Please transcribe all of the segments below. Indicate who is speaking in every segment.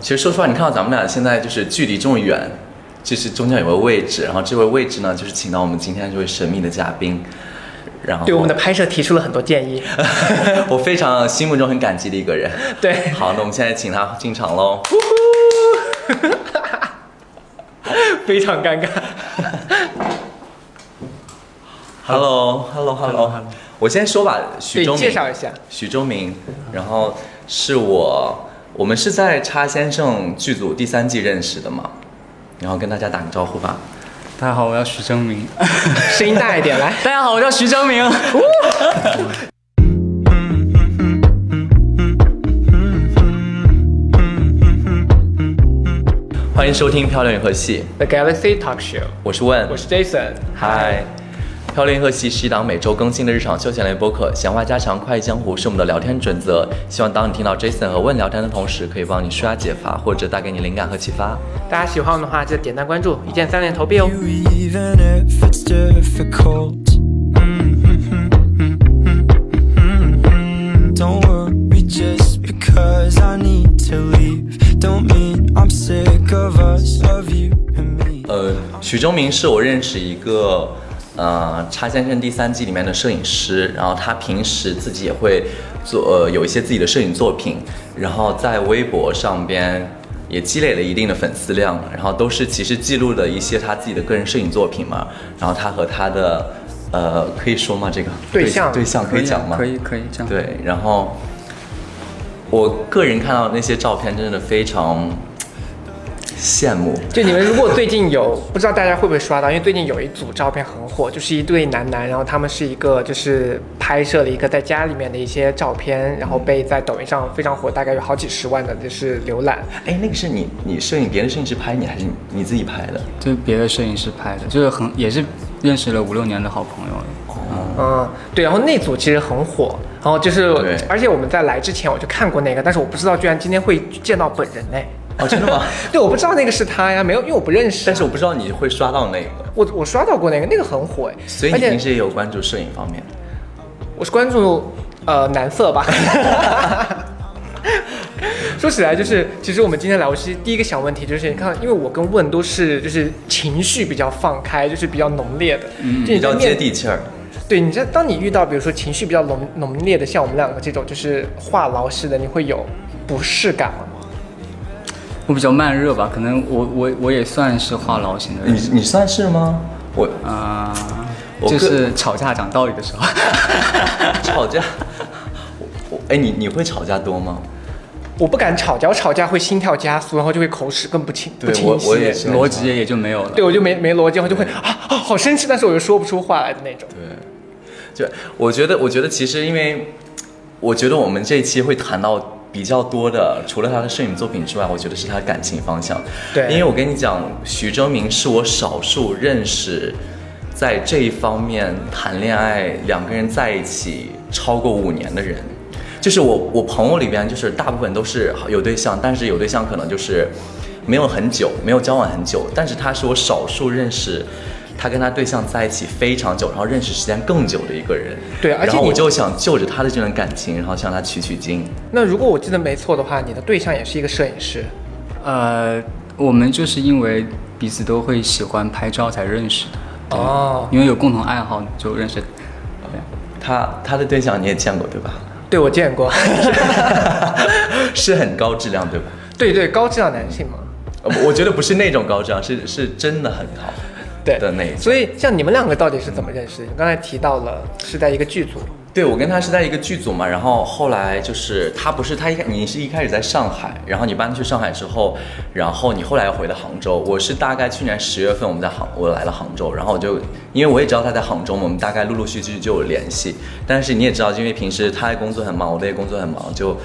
Speaker 1: 其实说实话，你看到咱们俩现在就是距离这么远，就是中间有个位置，然后这位位置呢，就是请到我们今天这位神秘的嘉宾，然后
Speaker 2: 对我们的拍摄提出了很多建 议。
Speaker 1: 我非常心目中很感激的一个人。
Speaker 2: 对，
Speaker 1: 好，那我们现在请他进场喽。
Speaker 2: 非常尴尬。
Speaker 1: Hello，Hello，Hello，我先说吧，许
Speaker 2: 对
Speaker 1: 周，明，
Speaker 2: 介绍一下。
Speaker 1: 许周明，然后是我，我们是在《叉先生》剧组第三季认识的嘛，然后跟大家打个招呼吧。
Speaker 3: 大家好，我叫徐征明。
Speaker 2: 声音大一点，来。
Speaker 3: 大家好，我叫徐征明。
Speaker 1: 欢迎收听《漂亮银河系》，
Speaker 2: The Galaxy Talk Show，
Speaker 1: 我是问
Speaker 2: 我，是 Jason。
Speaker 1: 嗨。《漂亮银河系》是一档每周更新的日常休闲类播客，闲话家常、快意江湖是我们的聊天准则。希望当你听到 Jason 和问聊天的同时，可以帮你舒压解乏，或者带给你灵感和启发。
Speaker 2: 大家喜欢我们的话，记得点赞关注，一键三连投币哦。
Speaker 4: you even if it's difficult. Mm-hmm. Don't worry just because I need to leave. Don't mean I'm sick of us, of you and me.
Speaker 1: 呃，许忠明是我认识一个，呃，《叉先生》第三季里面的摄影师，然后他平时自己也会做，呃，有一些自己的摄影作品，然后在微博上边也积累了一定的粉丝量，然后都是其实记录了一些他自己的个人摄影作品嘛，然后他和他的，呃，可以说吗？这个
Speaker 2: 对象
Speaker 1: 对象可以讲吗？
Speaker 3: 可以，可以讲。
Speaker 1: 对，然后我个人看到那些照片，真的非常羡慕。
Speaker 2: 就你们如果最近有不知道大家会不会刷到，因为最近有一组照片很火，就是一对男男，然后他们是一个就是拍摄了一个在家里面的一些照片，然后被在抖音上非常火，大概有好几十万的就是浏览。
Speaker 1: 哎，那个是你你摄影别的摄影师拍你，还是你你自己拍的？
Speaker 3: 就是别的摄影师拍的，就是很也是认识了五六年的好朋友了。
Speaker 1: 哦
Speaker 2: 嗯，对，然后那组其实很火，然后就是
Speaker 1: 对，
Speaker 2: 而且我们在来之前我就看过那个，但是我不知道居然今天会见到本人哎。
Speaker 1: 哦，真的 吗？
Speaker 2: 对，我不知道那个是他呀，没有，因为我不认识。啊
Speaker 1: 但是我不知道你会刷到那个，
Speaker 2: 我我刷到过那个，那个很火哎。
Speaker 1: 所以
Speaker 2: 而
Speaker 1: 你
Speaker 2: 且
Speaker 1: 平时也有关注摄影方面。
Speaker 2: 我是关注呃男色吧。 说起来，就是其实我们今天来，我是第一个想问题，就是你看，因为我跟问都是就是情绪比较放开，就是比较浓烈的，就你
Speaker 1: 嗯比
Speaker 2: 在
Speaker 1: 较
Speaker 2: 面
Speaker 1: 接。地气儿，
Speaker 2: 对，你在当你遇到比如说情绪比较浓浓烈的，像我们两个这种就是话痨式的，你会有不适感吗？
Speaker 3: 我比较慢热吧，可能我我我也算是话痨型的
Speaker 1: 你
Speaker 3: 人。
Speaker 1: 你算是吗？我
Speaker 3: 啊、
Speaker 1: 我个
Speaker 3: 就是吵架讲道理的时候，
Speaker 1: 吵架，我我哎，你你会吵架多吗？
Speaker 2: 我不敢吵架，我吵架会心跳加速，然后就会口齿更不清不
Speaker 1: 对
Speaker 2: 清晰。
Speaker 1: 我我也是
Speaker 3: 逻辑也就没有了。
Speaker 2: 对，我就没没逻辑，我就会啊啊好生气，但是我又说不出话来的那种。
Speaker 1: 就我觉得，我觉得其实因为，我觉得我们这一期会谈到比较多的，除了他的摄影作品之外，我觉得是他的感情方向。
Speaker 2: 对
Speaker 1: 因为我跟你讲，徐峥明是我少数认识在这一方面谈恋爱，两个人在一起超过五年的人。就是我我朋友里边，就是大部分都是有对象，但是有对象可能就是没有很久，没有交往很久，但是他是我少数认识。他跟他对象在一起非常久，然后认识时间更久的一个人。
Speaker 2: 对而且
Speaker 1: 然后
Speaker 2: 你
Speaker 1: 我就想就着他的这段感情，然后向他取取经。
Speaker 2: 那如果我记得没错的话，你的对象也是一个摄影师。
Speaker 3: 呃，我们就是因为彼此都会喜欢拍照才认识的，
Speaker 2: 哦，
Speaker 3: 因为有共同爱好就认识。
Speaker 1: 他他的对象你也见过对吧？
Speaker 2: 对，我见过。
Speaker 1: 是很高质量对吧？
Speaker 2: 对对，高质量男性嘛。
Speaker 1: 呃我觉得不是那种高质量，是是真的很好
Speaker 2: 对
Speaker 1: 的那一种。
Speaker 2: 所以像你们两个到底是怎么认识的？你刚才提到了是在一个剧组。
Speaker 1: 对，我跟他是在一个剧组嘛，然后后来就是他不是他一开你是一开始在上海，然后你搬去上海之后，然后你后来又回了杭州。我是大概去年十月份我们在杭我来了杭州，然后我就因为我也知道他在杭州嘛，我们大概陆陆续续就有联系。但是你也知道，因为平时他的工作很忙，我的也工作很忙，就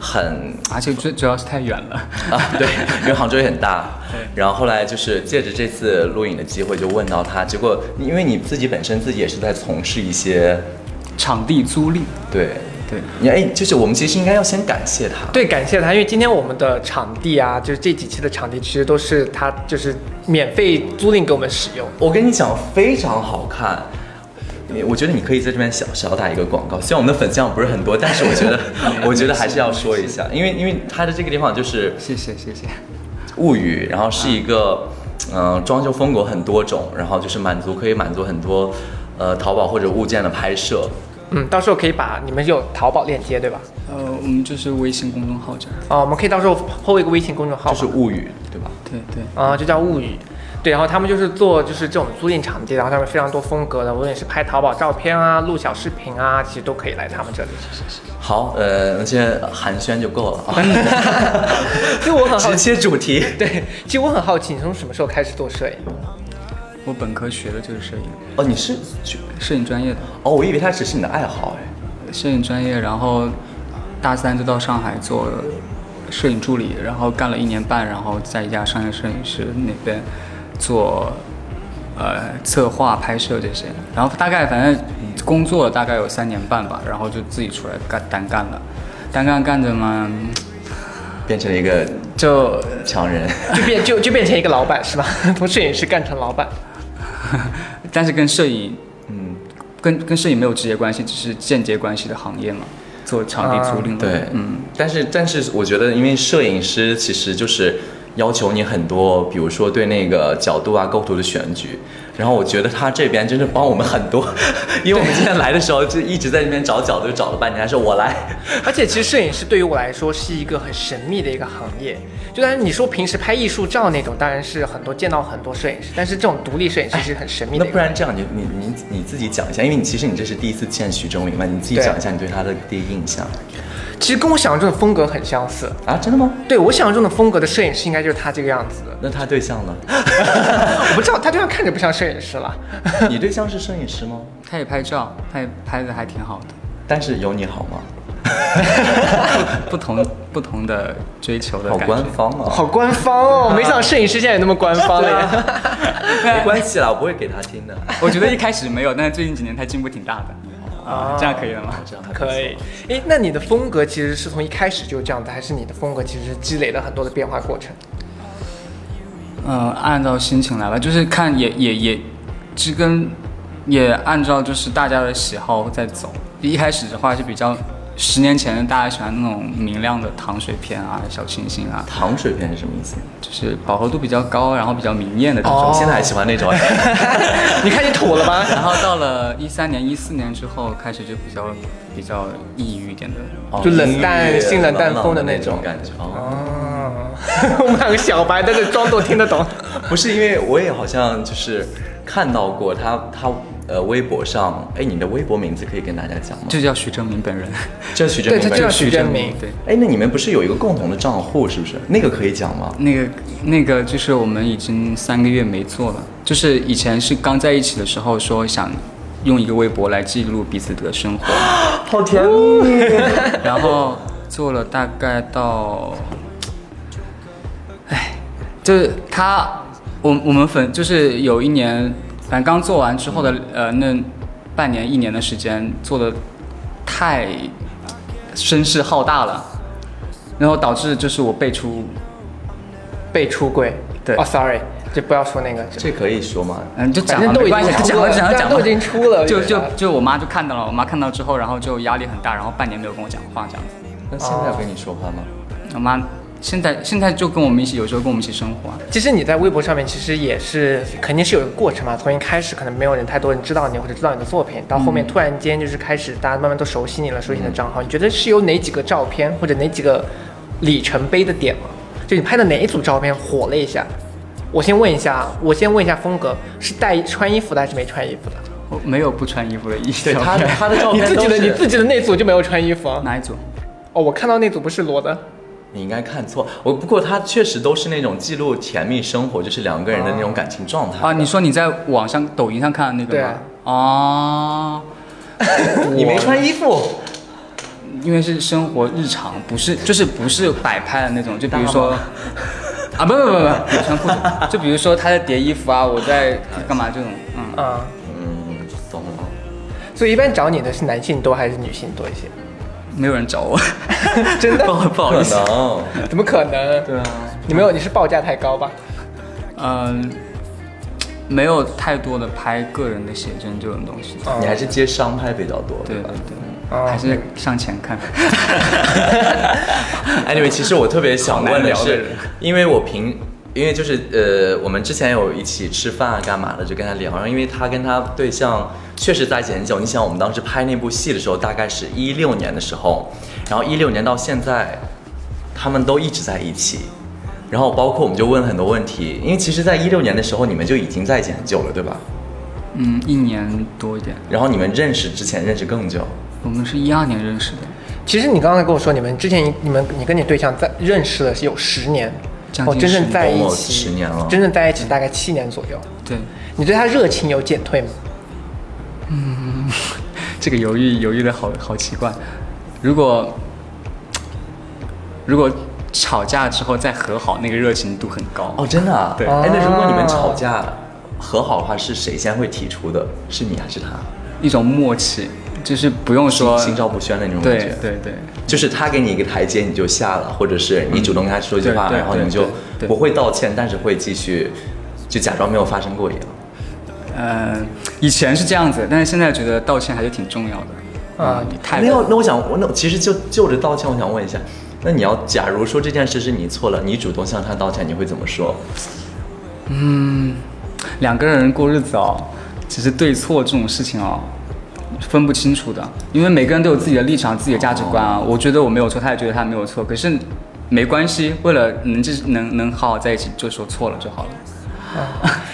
Speaker 1: 很
Speaker 3: 而且最主要是太远了。
Speaker 1: 啊，对，因为杭州也很大。然后后来就是借着这次录影的机会，就问到他，结果因为你自己本身自己也是在从事一些，
Speaker 3: 场地租赁，
Speaker 1: 对，
Speaker 3: 对，
Speaker 1: 你哎，就是我们其实应该要先感谢他。
Speaker 2: 对，感谢他，因为今天我们的场地啊，就是这几期的场地其实都是他就是免费租赁给我们使用。
Speaker 1: 我跟你讲，非常好看。你我觉得你可以在这边小小打一个广告，虽然我们的粉丝量不是很多，但是我觉 得我觉得还是要说一下，因为因为它的这个地方就是
Speaker 3: 谢谢谢谢。
Speaker 1: 物语，然后是一个，嗯、装修风格很多种，然后就是满足可以满足很多，呃，淘宝或者物件的拍摄。
Speaker 2: 嗯，到时候可以把你们有淘宝链接对吧？
Speaker 3: 呃，我们就是微信公众号这样。
Speaker 2: 啊，我们可以到时候 PO 一个微信公众号
Speaker 1: 就
Speaker 2: 吧，
Speaker 1: 是物语，对吧？
Speaker 3: 对对，
Speaker 2: 啊、就叫物语。对，然后他们就是做就是这种租赁场地，然后他们非常多风格的，无论是拍淘宝照片啊、录小视频啊，其实都可以来他们这里。
Speaker 1: 好，呃，那些寒暄就够了 啊，
Speaker 2: 其实我很好
Speaker 1: 直
Speaker 2: 奇，
Speaker 1: 接主题。
Speaker 2: 对，其实我很好奇，你从什么时候开始做摄影？
Speaker 3: 我本科学的就是摄影，
Speaker 1: 哦，你是
Speaker 3: 摄影专业的，
Speaker 1: 哦，我以为它只是你的爱好哎。
Speaker 3: 摄影专业，然后大三就到上海做了摄影助理，然后干了一年半，然后在一家商业摄影师那边做呃策划、拍摄这些，然后大概反正工作了大概有三年半吧，然后就自己出来干单干了，单干干着嘛，嗯
Speaker 1: 变成了一个
Speaker 3: 就
Speaker 1: 强人，
Speaker 2: 就变就就变成一个老板是吧？ 从摄影师干成老板。
Speaker 3: 但是跟摄影
Speaker 1: 嗯，
Speaker 3: 跟跟摄影没有直接关系，只是间接关系的行业嘛，做场地租赁的，
Speaker 1: 啊对，
Speaker 3: 嗯。
Speaker 1: 嗯，但是但是我觉得，因为摄影师其实就是要求你很多，比如说对那个角度啊、构图的选取。然后我觉得他这边真是帮我们很多， 因为我们今天来的时候就一直在那边找角度，找了半天，还说我 来。
Speaker 2: 而且其实摄影师对于我来说是一个很神秘的一个行业。就但是你说平时拍艺术照那种，当然是很多见到很多摄影师，但是这种独立摄影师是很神秘
Speaker 1: 那
Speaker 2: 的一
Speaker 1: 不
Speaker 2: 个。
Speaker 1: 然这样，你你你你自己讲一下，因为你其实你这是第一次见徐峥明嘛，你自己
Speaker 2: 对
Speaker 1: 讲一下你对他的第一印象
Speaker 2: 其实跟我想象中的风格很相似。
Speaker 1: 啊？真的吗？
Speaker 2: 对我想象中的风格的摄影师应该就是他这个样子的。
Speaker 1: 那他对象呢？
Speaker 2: 我不知道他这样看着不像摄影师了。
Speaker 1: 你对象是摄影师吗？
Speaker 3: 他也拍照，他也拍的还挺好的，
Speaker 1: 但是有你好吗？
Speaker 3: 不同不同的追求的
Speaker 1: 好
Speaker 3: 感觉。
Speaker 1: 官方 啊！
Speaker 2: 好官方哦， 啊没想到摄影师现在也那么官方了耶。
Speaker 1: 没关系啦，我不会给他听的。
Speaker 3: 我觉得一开始没有，但是最近几年他进步挺大的。啊，这样可以了吗？
Speaker 1: 这样还不错
Speaker 2: 可以，诶，那你的风格其实是从一开始就这样的，还是你的风格其实积累了很多的变化过程？
Speaker 3: 嗯，按照心情来吧，就是看也也也，这跟也按照就是大家的喜好在走。一开始的话是比较，十年前大家喜欢那种明亮的糖水片啊、小清新啊，
Speaker 1: 糖水片是什么意思？
Speaker 3: 就是饱和度比较高，然后比较明艳的那种。
Speaker 1: 我现
Speaker 2: 哦
Speaker 1: 在还喜欢那种。
Speaker 2: 你看你土了吧？
Speaker 3: 然后到了一三年、一四年之后，开始就比较比较抑郁一点的。
Speaker 2: 就冷淡
Speaker 1: 哦
Speaker 2: 性冷淡风的
Speaker 1: 冷冷
Speaker 2: 那种
Speaker 1: 感觉。哦，
Speaker 2: 哦， 我们两个小白在这装作听得懂。
Speaker 1: 不是，因为我也好像就是看到过他他呃微博上，哎，你的微博名字可以跟大家讲吗？
Speaker 3: 就叫徐峥明本人，
Speaker 1: 这徐峥
Speaker 2: 对
Speaker 1: 明
Speaker 2: 他
Speaker 1: 白
Speaker 2: 就叫徐峥明。
Speaker 3: 对，
Speaker 1: 哎，那你们不是有一个共同的账户，是不是？那个可以讲吗？
Speaker 3: 那个那个就是我们已经三个月没做了，就是以前是刚在一起的时候说想用一个微博来记录彼此的生活，
Speaker 1: 好甜蜜。
Speaker 3: 然后做了大概到，哎，就是他，我我们粉就是有一年，反正刚做完之后的呃那半年一年的时间做的太声势浩大了，然后导致就是我背出，
Speaker 2: 被出柜。
Speaker 3: 对
Speaker 2: 哦、s o r r y 就不要说那个。
Speaker 1: 这可以说吗？
Speaker 3: 嗯，就讲
Speaker 2: 反正
Speaker 3: 了
Speaker 2: 都
Speaker 3: 没
Speaker 2: 已
Speaker 3: 关系，
Speaker 2: 经
Speaker 3: 就
Speaker 2: 出
Speaker 3: 讲
Speaker 2: 了
Speaker 3: 了讲了讲了，
Speaker 2: 都已经出了
Speaker 3: 就
Speaker 2: 有点
Speaker 3: 就
Speaker 2: 啥
Speaker 3: 就我妈就看到了，我妈看到之后，然后就压力很大，然后半年没有跟我讲话这样子。
Speaker 1: 那现在有跟你说话吗？
Speaker 2: 哦
Speaker 3: 我妈现在现在就跟我们一起，有时候跟我们一起生活啊、
Speaker 2: 其实你在微博上面，其实也是肯定是有一个过程嘛。从一开始可能没有人太多人知道你或者知道你的作品，到后面突然间就是开始大家慢慢都熟悉你了，熟悉你的账号。你觉得是有哪几个照片或者哪几个里程碑的点吗？就你拍的哪一组照片火了一下？我先问一下，我先问一下风格是带穿衣服的还是没穿衣服的？
Speaker 3: 我没有不穿衣服的意思。
Speaker 1: 对他 的他的照
Speaker 2: 你
Speaker 1: 片
Speaker 2: 自己
Speaker 1: 都
Speaker 2: 的
Speaker 1: 是
Speaker 2: 你自己的哦那组就没有穿衣服啊？
Speaker 3: 哪一组？
Speaker 2: 哦，我看到那组不是裸的。
Speaker 1: 你应该看错。我不过他确实都是那种记录甜蜜生活，就是两个人的那种感情状态
Speaker 3: 啊，你说你在网上抖音上看的那个
Speaker 2: 对
Speaker 3: 吗
Speaker 2: 啊？
Speaker 3: 哦，
Speaker 1: 你没穿衣服，
Speaker 3: 因为是生活日常，不是就是不是摆拍的那种，就比如说。 啊不不不不，有穿裤子，就比如说他在叠衣服啊，我在干嘛这种，嗯，
Speaker 2: 啊、
Speaker 1: 嗯，懂了。
Speaker 2: 所以一般找你的是男性多还是女性多一些？
Speaker 3: 没有人找我，
Speaker 2: 真的？
Speaker 3: 不好意思
Speaker 1: 可，能
Speaker 2: 怎么可能？对啊，你没有，你是报价太高吧？
Speaker 3: 嗯，没有太多的拍个人的写真这种东西。
Speaker 1: 你还是接商拍比较多，
Speaker 3: 对对
Speaker 1: 吧？
Speaker 3: 对，
Speaker 2: 哦
Speaker 3: 还是向前看。
Speaker 1: Anyway，其实我特别想问的
Speaker 3: 好难聊的
Speaker 1: 是
Speaker 3: 人，
Speaker 1: 因为我平，因为就是呃，我们之前有一起吃饭啊，干嘛的，就跟他聊，然后因为他跟他对象确实在一起很久。你想，我们当时拍那部戏的时候，大概是一六年的时候，然后一六年到现在，他们都一直在一起。然后包括我们就问了很多问题，因为其实，在一六年的时候，你们就已经在一起很久了，对吧？
Speaker 3: 嗯，一年多一点。
Speaker 1: 然后你们认识之前认识更久，
Speaker 3: 我们是一二年认识的，
Speaker 2: 其实你刚才跟我说，你们之前你们你跟你对象在认识了是有十年，
Speaker 3: 将
Speaker 2: 哦，
Speaker 3: 近
Speaker 2: 真
Speaker 3: 十
Speaker 2: 正
Speaker 3: 年嗯
Speaker 2: 在一
Speaker 1: almost
Speaker 2: 起
Speaker 1: 十年了
Speaker 2: 真正在一起大概七年左右。
Speaker 3: 对，
Speaker 2: 你对他热情有减退吗？
Speaker 3: 这个犹豫犹豫的好好奇怪。如果如果吵架之后再和好，那个热情度很高。
Speaker 1: 哦，真的、啊？
Speaker 3: 对
Speaker 1: 哎，那如果你们
Speaker 2: 哦
Speaker 1: 吵架和好的话，是谁先会提出的？是你还是他？
Speaker 3: 一种默契，就是不用说
Speaker 1: 心照不宣的那种感
Speaker 3: 呃对
Speaker 1: 觉。
Speaker 3: 对对
Speaker 1: 就是他给你一个台阶，你就下了，或者是你主动跟他说一句话，
Speaker 3: 嗯对对
Speaker 1: 然后你
Speaker 3: 对
Speaker 1: 就
Speaker 3: 对
Speaker 1: 不会道歉，但是会继续就假装没有发生过一样。
Speaker 3: 呃，以前是这样子，但是现在觉得道歉还是挺重要的。
Speaker 2: 啊
Speaker 3: 嗯，太
Speaker 1: 那要那我想，我那其实就就着道歉，我想问一下，那你要假如说这件事是你错了，你主动向他道歉，你会怎么说？
Speaker 3: 两个人过日子哦，其实对错这种事情哦，分不清楚的，因为每个人都有自己的立场、自己的价值观啊。我觉得我没有错，他也觉得他没有错，可是没关系，为了能这能能好好在一起，就说错了就好了。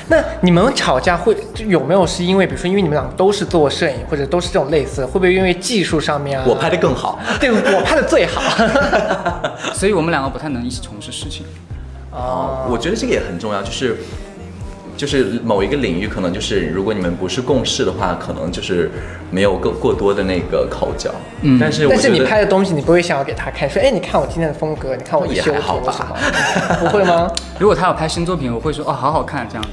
Speaker 2: 那你们吵架会就有没有是因为，比如说因为你们俩都是做摄影或者都是这种类似，会不会因为技术上面啊？
Speaker 1: 我拍的更好。
Speaker 2: 对我拍的最 好。
Speaker 3: 所以我们两个不太能一起从事事情。
Speaker 1: 哦，我觉得这个也很重要，就是就是某一个领域，可能就是如果你们不是共事的话，可能就是没有过过多的那个口角。嗯，但是我
Speaker 2: 但是
Speaker 1: 觉
Speaker 2: 你
Speaker 1: 得
Speaker 2: 拍的东西，你不会想要给他看，说，哎，你看我今天的风格，你看我的
Speaker 1: 也
Speaker 2: 修
Speaker 1: 还好
Speaker 2: 图
Speaker 1: 吧
Speaker 2: 什么的，不会吗？
Speaker 3: 如果他有拍新作品，我会说哦，好好看这样子。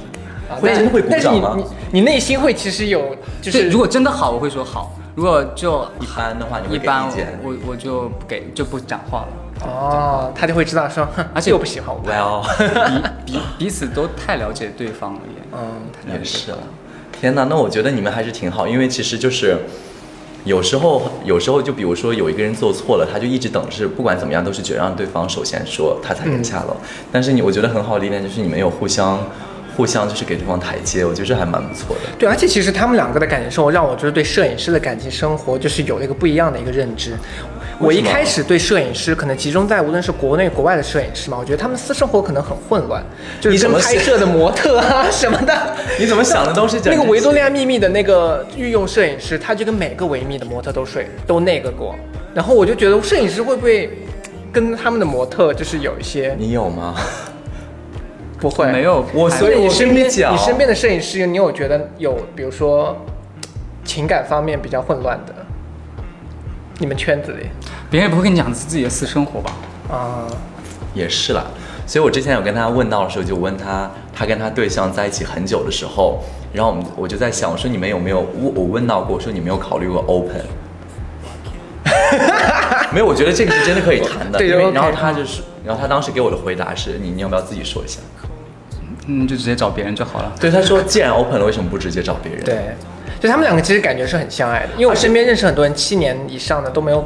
Speaker 2: 啊
Speaker 1: 会
Speaker 2: 但
Speaker 1: 真的会鼓
Speaker 2: 但是
Speaker 1: 掌
Speaker 2: 你
Speaker 1: 吗
Speaker 2: 你你内心会其实有，就
Speaker 3: 对，
Speaker 2: 是
Speaker 3: 如果真的好，我会说好；如果就
Speaker 1: 一般的话，你会
Speaker 3: 一
Speaker 1: 给
Speaker 3: 般
Speaker 1: 意见，。
Speaker 3: 我我就不给就不讲话了。
Speaker 2: 哦，他就会知道说，哼
Speaker 3: 而且
Speaker 2: 又不喜欢我。
Speaker 1: Well，
Speaker 3: 彼彼彼此都太了解对方了也。
Speaker 2: 嗯，
Speaker 3: 太了解
Speaker 1: 也
Speaker 3: 对
Speaker 1: 是
Speaker 3: 方
Speaker 1: 啊。天哪，那我觉得你们还是挺好，因为其实就是有时候，有时候就比如说有一个人做错了，他就一直等，是不管怎么样都是觉得让对方首先说，他才跟下楼。但是你，我觉得很好的一点就是你们有互相。互相就是给对方台阶，我觉得这还蛮不错的。
Speaker 2: 对，而且其实他们两个的感情生活，让我就是对摄影师的感情生活就是有了一个不一样的一个认知。我
Speaker 1: 为
Speaker 2: 一
Speaker 1: 什么
Speaker 2: 开始对摄影师可能集中在无论是国内国外的摄影师嘛，我觉得他们私生活可能很混乱，就
Speaker 1: 你
Speaker 2: 是
Speaker 1: 怎
Speaker 2: 跟
Speaker 1: 么
Speaker 2: 拍
Speaker 1: 是
Speaker 2: 摄的模特啊 什么的。
Speaker 1: 你怎么想的都是这
Speaker 2: 那
Speaker 1: 样
Speaker 2: 个维多利亚秘密的那个御用摄影师，他就跟每个维密的模特都睡，都那个过。然后我就觉得摄影师会不会跟他们的模特就是有一些
Speaker 1: 你有吗？
Speaker 2: 不会？
Speaker 3: 没有
Speaker 1: 我
Speaker 3: 拍
Speaker 1: 所以
Speaker 2: 你
Speaker 1: 我
Speaker 2: 身
Speaker 1: 跟
Speaker 2: 边
Speaker 1: 讲，
Speaker 2: 你身边的摄影师，你有觉得有比如说情感方面比较混乱的，你们圈子里
Speaker 3: 别人也不会跟你讲自己的私生活吧？
Speaker 2: 啊、
Speaker 1: 也是啦。所以我之前有跟他问到的时候，就问他，他跟他对象在一起很久的时候，然后我们我就在想，我说你们有没有我我问到过，我说你没有考虑过 open。没有，我觉得这个是真的可以谈的。
Speaker 2: 对
Speaker 1: 因为
Speaker 2: OK
Speaker 1: 然后他就是，然后他当时给我的回答是，你你要不要自己说一下？
Speaker 3: 嗯，就直接找别人就好了。
Speaker 1: 对，他说既然 open 了，为什么不直接找别人？，
Speaker 2: 对，就他们两个其实感觉是很相爱的，因为我身边认识很多人七年以上的都没有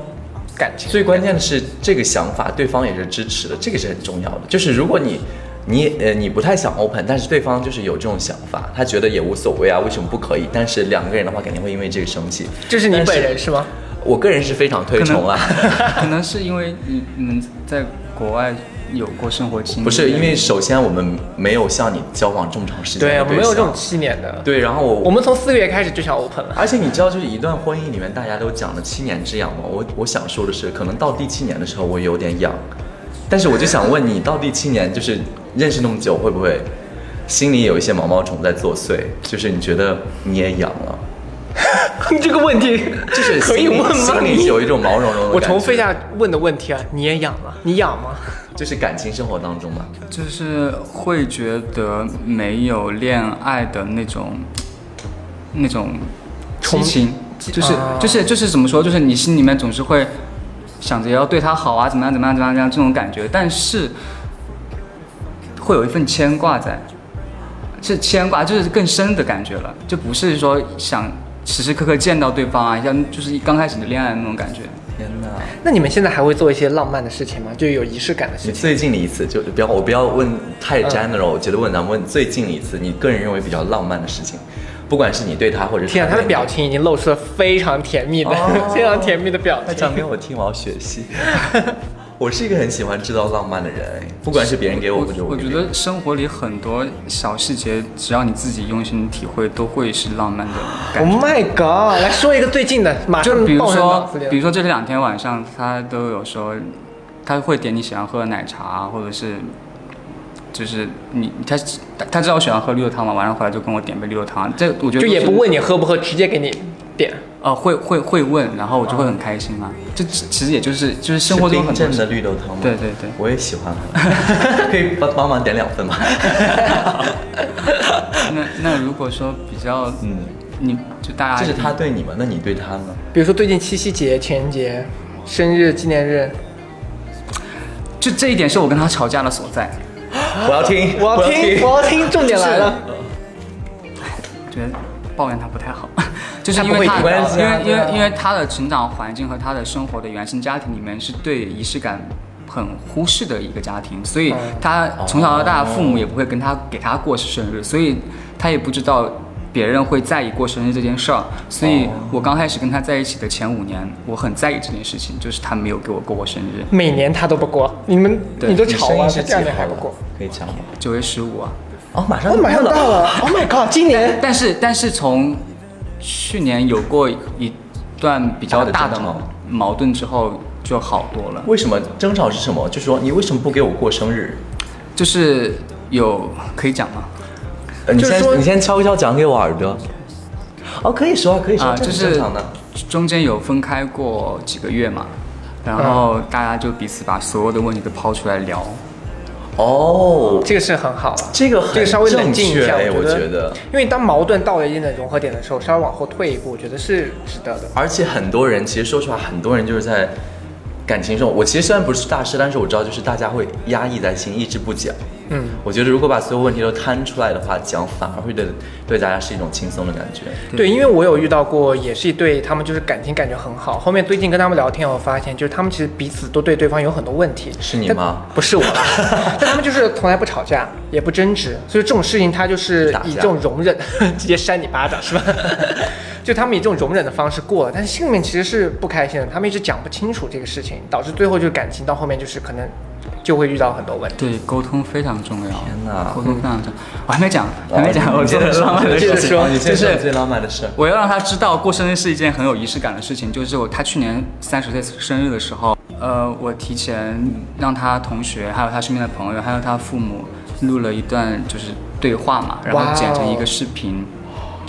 Speaker 2: 感情。
Speaker 1: 最关键的是这个想法，对方也是支持的，这个是很重要的。就是如果你你呃你不太想 open，但是对方就是有这种想法，他觉得也无所谓啊，为什么不可以？但是两个人的话肯定会因为这个生气。
Speaker 2: 这是你
Speaker 1: 但
Speaker 2: 本人是吗？
Speaker 1: 我个人是非常推
Speaker 3: 可能
Speaker 1: 崇啊，
Speaker 3: 可能是因为你你们在国外有过生活经历，
Speaker 1: 不是因为首先我们没有像你交往这么长时间的
Speaker 2: 对，我啊没有
Speaker 1: 象
Speaker 2: 这种七年的。啊
Speaker 1: 对，然后我
Speaker 2: 我们从四月开始就想 open 了。
Speaker 1: 而且你知道，就是一段婚姻里面大家都讲了七年之痒嘛。我我想说的是，可能到第七年的时候我有点痒，但是我就想问你，到第七年就是认识那么久，会不会心里有一些毛毛虫在作祟？就是你觉得你也痒 了，
Speaker 2: 这个问 题
Speaker 1: 就是
Speaker 2: 可以
Speaker 1: 心里
Speaker 2: 问吗
Speaker 1: 心？里有一种毛茸茸的。
Speaker 2: 我重复一，下问的问题啊，你也痒吗？你痒吗？
Speaker 1: 就是感情生活当中嘛，
Speaker 3: 就是会觉得没有恋爱的那种那种激情，就是、
Speaker 2: 啊
Speaker 3: 就是就是怎么说，就是你心里面总是会想着要对他好啊，怎么样怎么样怎么样怎么样这种感觉，但是会有一份牵挂在。是牵挂，就是更深的感觉了，就不是说想时时刻刻见到对方啊，像就是刚开始的恋爱那种感觉。
Speaker 1: 天哪！
Speaker 2: 那你们现在还会做一些浪漫的事情吗？就有仪式感的事
Speaker 1: 你
Speaker 2: 情？
Speaker 1: 最近的一次，就不要我不要问太 general，、我觉得问咱们问最近的一次，你个人认为比较浪漫的事情，不管是你对他或者是
Speaker 2: 天啊，他的表
Speaker 1: 情，
Speaker 2: 情已经露出了非常甜蜜的、
Speaker 1: 哦
Speaker 2: 非常甜蜜的表
Speaker 1: 他
Speaker 2: 情
Speaker 1: 讲。给我听，我要学习。 我是一个很喜欢制造浪漫的人，哎不管是别人给我或者
Speaker 3: 我
Speaker 1: 给
Speaker 3: 觉
Speaker 1: 别人
Speaker 3: 得生活里很多小细节，只要你自己用心体会，都会是浪漫的感
Speaker 2: Oh
Speaker 3: 觉。
Speaker 2: my god！来说一个最近的，马上
Speaker 3: 就比如
Speaker 2: 蹦到
Speaker 3: 说
Speaker 2: 脑子里，了
Speaker 3: 比如说这两天晚上，他都有说，他会点你喜欢喝的奶茶，或者是，就是你他他知道我喜欢喝绿豆汤嘛，晚上回来就跟我点杯绿豆汤。这我觉
Speaker 2: 就
Speaker 3: 得都
Speaker 2: 也
Speaker 3: 是
Speaker 2: 不问你喝不喝，直接给你点。
Speaker 3: 呃，会会会问，然后我就会很开心啊。这其其实也就是就是生活
Speaker 1: 是
Speaker 3: 中
Speaker 1: 冰
Speaker 3: 很多
Speaker 1: 镇的
Speaker 3: 事
Speaker 1: 绿豆汤吗？
Speaker 3: 对对对
Speaker 1: 我也喜欢喝， 可以帮帮忙点两份 吗？
Speaker 3: 那那如果说比较，
Speaker 1: 嗯，
Speaker 3: 你就大家
Speaker 1: 这是他对你吗？那你对他呢？
Speaker 2: 比如说最近七夕节、情人节、生日纪念日，
Speaker 3: 就这一点是我跟他吵架的所在。
Speaker 1: 我要听，
Speaker 2: 我要听，我要听，重点来了。
Speaker 3: 觉得抱怨他不太好，就是
Speaker 2: 他
Speaker 3: 因
Speaker 2: 不会
Speaker 3: 为他
Speaker 2: 没关系啊
Speaker 3: 因为因
Speaker 2: 对啊
Speaker 3: 为因为他的成长环境和他的生活的原生家庭里面是对仪式感很忽视的一个家庭，所以他从小到大父母也不会跟他给他过生日，所以他也不知道。别人会在意过生日这件事儿，所以我刚开始跟他在一起的前五年，我很在意这件事情，就是他没有给我过过生日，
Speaker 2: 每年他都不过，你们
Speaker 3: 对
Speaker 2: 你都
Speaker 1: 你
Speaker 2: 吵啊
Speaker 1: 声音
Speaker 2: 完，
Speaker 1: 是
Speaker 2: 他
Speaker 1: 几
Speaker 2: 第二年
Speaker 1: 号
Speaker 2: 还不
Speaker 1: 了
Speaker 2: 过。？
Speaker 1: 可以讲吗？
Speaker 3: 九月十五啊，
Speaker 1: 哦，马上
Speaker 2: 哦，马上
Speaker 1: 过
Speaker 2: 到了！Oh my god！今年
Speaker 3: 但是但是从去年有过一段比较大
Speaker 1: 大的
Speaker 3: 的
Speaker 1: 争
Speaker 3: 矛
Speaker 1: 吵
Speaker 3: 矛盾之后，就好多了。
Speaker 1: 为什么争吵是什么？就是说你为什么不给我过生日？
Speaker 3: 就是有可以讲吗？
Speaker 1: 呃你
Speaker 2: 就是
Speaker 1: 先
Speaker 2: 说
Speaker 1: 你先悄悄讲给我耳朵。哦，可以说啊，可以说，
Speaker 3: 啊，
Speaker 1: 这
Speaker 3: 就
Speaker 1: 很
Speaker 3: 是
Speaker 1: 正常的。
Speaker 3: 中间有分开过几个月嘛，然后大家就彼此把所有的问题都抛出来聊。
Speaker 1: 哦，
Speaker 2: 这个是很好了，
Speaker 1: 这个很
Speaker 2: 这个稍微冷静一下，
Speaker 1: 正确哎
Speaker 2: 我
Speaker 1: 我觉得
Speaker 2: 因为当矛盾到了一定的融合点的时候，稍微往后退一步，我觉得是值得的。
Speaker 1: 而且很多人其实说实话，很多人就是在感情上，我其实虽然不是大师，但是我知道就是大家会压抑在心，一直不讲。
Speaker 2: 嗯，
Speaker 1: 我觉得如果把所有问题都摊出来的话，讲反而会对对大家是一种轻松的感觉。
Speaker 2: 对，因为我有遇到过，也是一对他们就是感情感觉很好。后面最近跟他们聊天，我发现就是他们其实彼此都对对方有很多问题。
Speaker 1: 是你
Speaker 2: 但
Speaker 1: 吗？
Speaker 2: 不是我， 但他们就是从来不吵架，也不争执，所以这种事情他就是
Speaker 1: 打架
Speaker 2: 以这种容忍， 直接扇你巴掌是吧？ 就他们以这种容忍的方式过了，但是心里面其实是不开心的，他们一直讲不清楚这个事情，导致最后就是感情到后面就是可能就会遇到很多问题。
Speaker 3: 对，沟通非常重要。天
Speaker 1: 哪
Speaker 3: 沟通非常重要。我还没讲，
Speaker 1: 哦
Speaker 3: 还没讲，我
Speaker 1: 你接
Speaker 3: 做
Speaker 1: 着
Speaker 3: 的浪漫的
Speaker 1: 接
Speaker 3: 事
Speaker 1: 着
Speaker 3: 情，
Speaker 1: 哦说，你接
Speaker 3: 就
Speaker 1: 着说
Speaker 3: 是
Speaker 1: 你最浪漫的事儿。
Speaker 3: 我要让他知道过生日是一件很有仪式感的事情。就是我他去年三十岁生日的时候，呃，我提前让他同学，还有他身边的朋友，还有他父母录了一段就是对话嘛，然
Speaker 2: 哇哦
Speaker 3: 后剪成一个视频。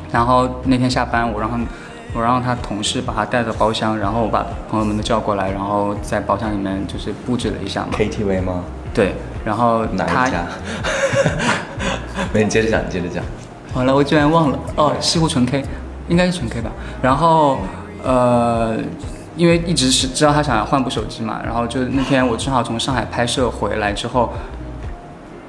Speaker 3: 然后那天下班，我让他我让他同事把他带到包厢，然后我把朋友们都叫过来，然后在包厢里面就是布置了一下嘛。
Speaker 1: KTV 吗？
Speaker 3: 对，然后
Speaker 1: 哪
Speaker 3: 他
Speaker 1: 一家？没，你接着讲，你接着讲。
Speaker 3: 完了，我居然忘了哦，西湖纯 K，应该是纯 K 吧。然后呃，因为一直是知道他想要换部手机嘛，然后就那天我正好从上海拍摄回来之后，